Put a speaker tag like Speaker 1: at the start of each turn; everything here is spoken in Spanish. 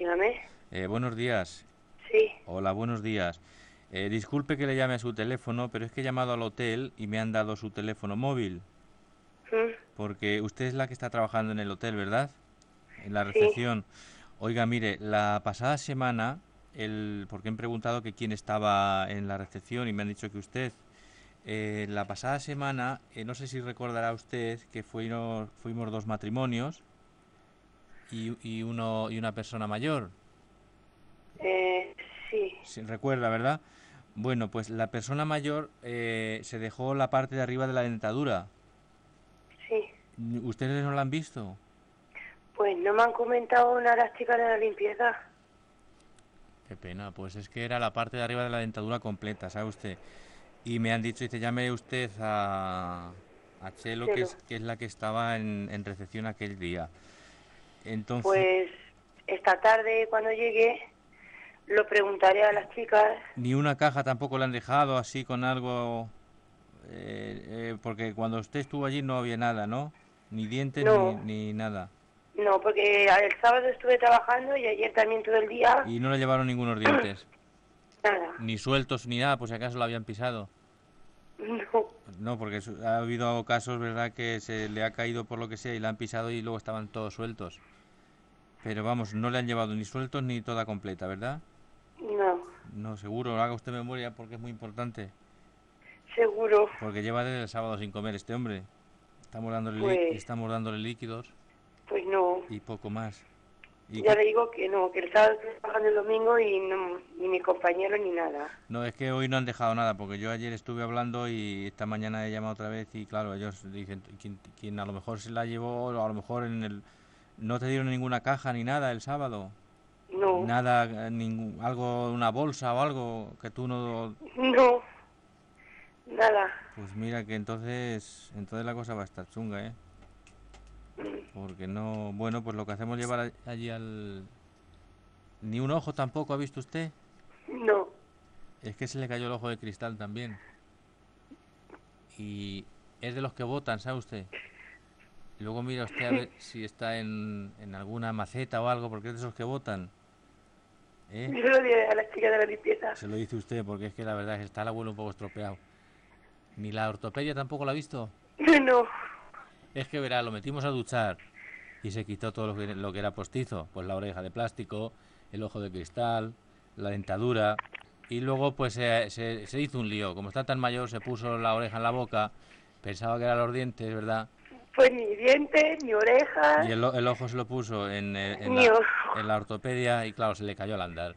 Speaker 1: Dígame.
Speaker 2: Eh, buenos días.
Speaker 1: Sí.
Speaker 2: Hola, buenos días. Eh, disculpe que le llame a su teléfono, pero es que he llamado al hotel y me han dado su teléfono móvil.
Speaker 1: Mm.
Speaker 2: Porque usted es la que está trabajando en el hotel, ¿verdad? En la
Speaker 1: Sí.
Speaker 2: recepción. Oiga, mire, la pasada semana, el, porque han preguntado que quién estaba en la recepción y me han dicho que usted. Eh, la pasada semana, eh, no sé si recordará usted que fuimos, fuimos dos matrimonios y, y uno, y una persona mayor.
Speaker 1: Eh, sí.
Speaker 2: Sí, recuerda, ¿verdad? Bueno, pues la persona mayor eh, se dejó la parte de arriba de la dentadura.
Speaker 1: Sí.
Speaker 2: ¿Ustedes no la han visto?
Speaker 1: Pues no me han comentado una las chicas de la limpieza.
Speaker 2: Qué pena, pues es que era la parte de arriba de la dentadura completa, ¿sabe usted? Y me han dicho, dice, llame usted a, a Chelo, que es,
Speaker 1: Chelo.
Speaker 2: que es la que estaba en, en recepción aquel día. Entonces,
Speaker 1: Pues esta tarde cuando llegue lo preguntaré a las chicas.
Speaker 2: ni una caja tampoco la han dejado así con algo, eh, eh, porque cuando usted estuvo allí no había nada, ¿no? Ni dientes
Speaker 1: No.
Speaker 2: ni, ni nada.
Speaker 1: No, porque el sábado estuve trabajando y ayer también todo el día.
Speaker 2: Y no le llevaron ningunos dientes,
Speaker 1: Nada.
Speaker 2: ni sueltos ni nada, por si acaso lo habían pisado.
Speaker 1: No.
Speaker 2: No, porque su- ha habido casos, ¿verdad?, que se le ha caído por lo que sea y la han pisado y luego estaban todos sueltos. Pero vamos, no le han llevado ni sueltos ni toda completa, ¿verdad?
Speaker 1: No.
Speaker 2: No, seguro, haga usted memoria porque es muy importante.
Speaker 1: Seguro.
Speaker 2: Porque lleva desde el sábado sin comer este hombre. Estamos dándole, lí-
Speaker 1: Pues-
Speaker 2: estamos dándole líquidos
Speaker 1: Pues no.
Speaker 2: y poco más. Y
Speaker 1: Ya le digo que no, que el sábado estoy trabajando el domingo y no, ni mi compañero ni nada.
Speaker 2: No, es que hoy no han dejado nada, porque yo ayer estuve hablando y esta mañana he llamado otra vez y claro, ellos dicen, quien, quien a lo mejor se la llevó, o a lo mejor en el... No te dieron ninguna caja ni nada el sábado.
Speaker 1: No.
Speaker 2: Nada, eh, ningún, algo, una bolsa o algo que tú no...
Speaker 1: No. Nada.
Speaker 2: Pues mira que entonces, entonces la cosa va a estar chunga, ¿eh? Porque no... Bueno, pues lo que hacemos es llevar a- allí al... Ni un ojo tampoco ha visto usted.
Speaker 1: No.
Speaker 2: Es que se le cayó el ojo de cristal también. Y es de los que votan, ¿sabe usted? Luego mira usted a ver si está en, en alguna maceta o algo, porque es de esos que votan. ¿Eh?
Speaker 1: Yo lo diré a las chicas de la limpieza.
Speaker 2: Se lo dice usted, porque es que la verdad es que está el abuelo un poco estropeado. Ni la ortopedia tampoco la ha visto.
Speaker 1: No.
Speaker 2: Es que verá, lo metimos a duchar y se quitó todo lo que, lo que era postizo. Pues la oreja de plástico, el ojo de cristal, la dentadura. Y luego pues eh, se, se hizo un lío. Como está tan mayor, se puso la oreja en la boca. Pensaba que eran los dientes, ¿verdad?
Speaker 1: Pues ni dientes, ni orejas.
Speaker 2: Y el, o- el ojo se lo puso en, eh, en
Speaker 1: Ni
Speaker 2: la,
Speaker 1: ojo.
Speaker 2: en la ortopedia y claro, se le cayó al andar.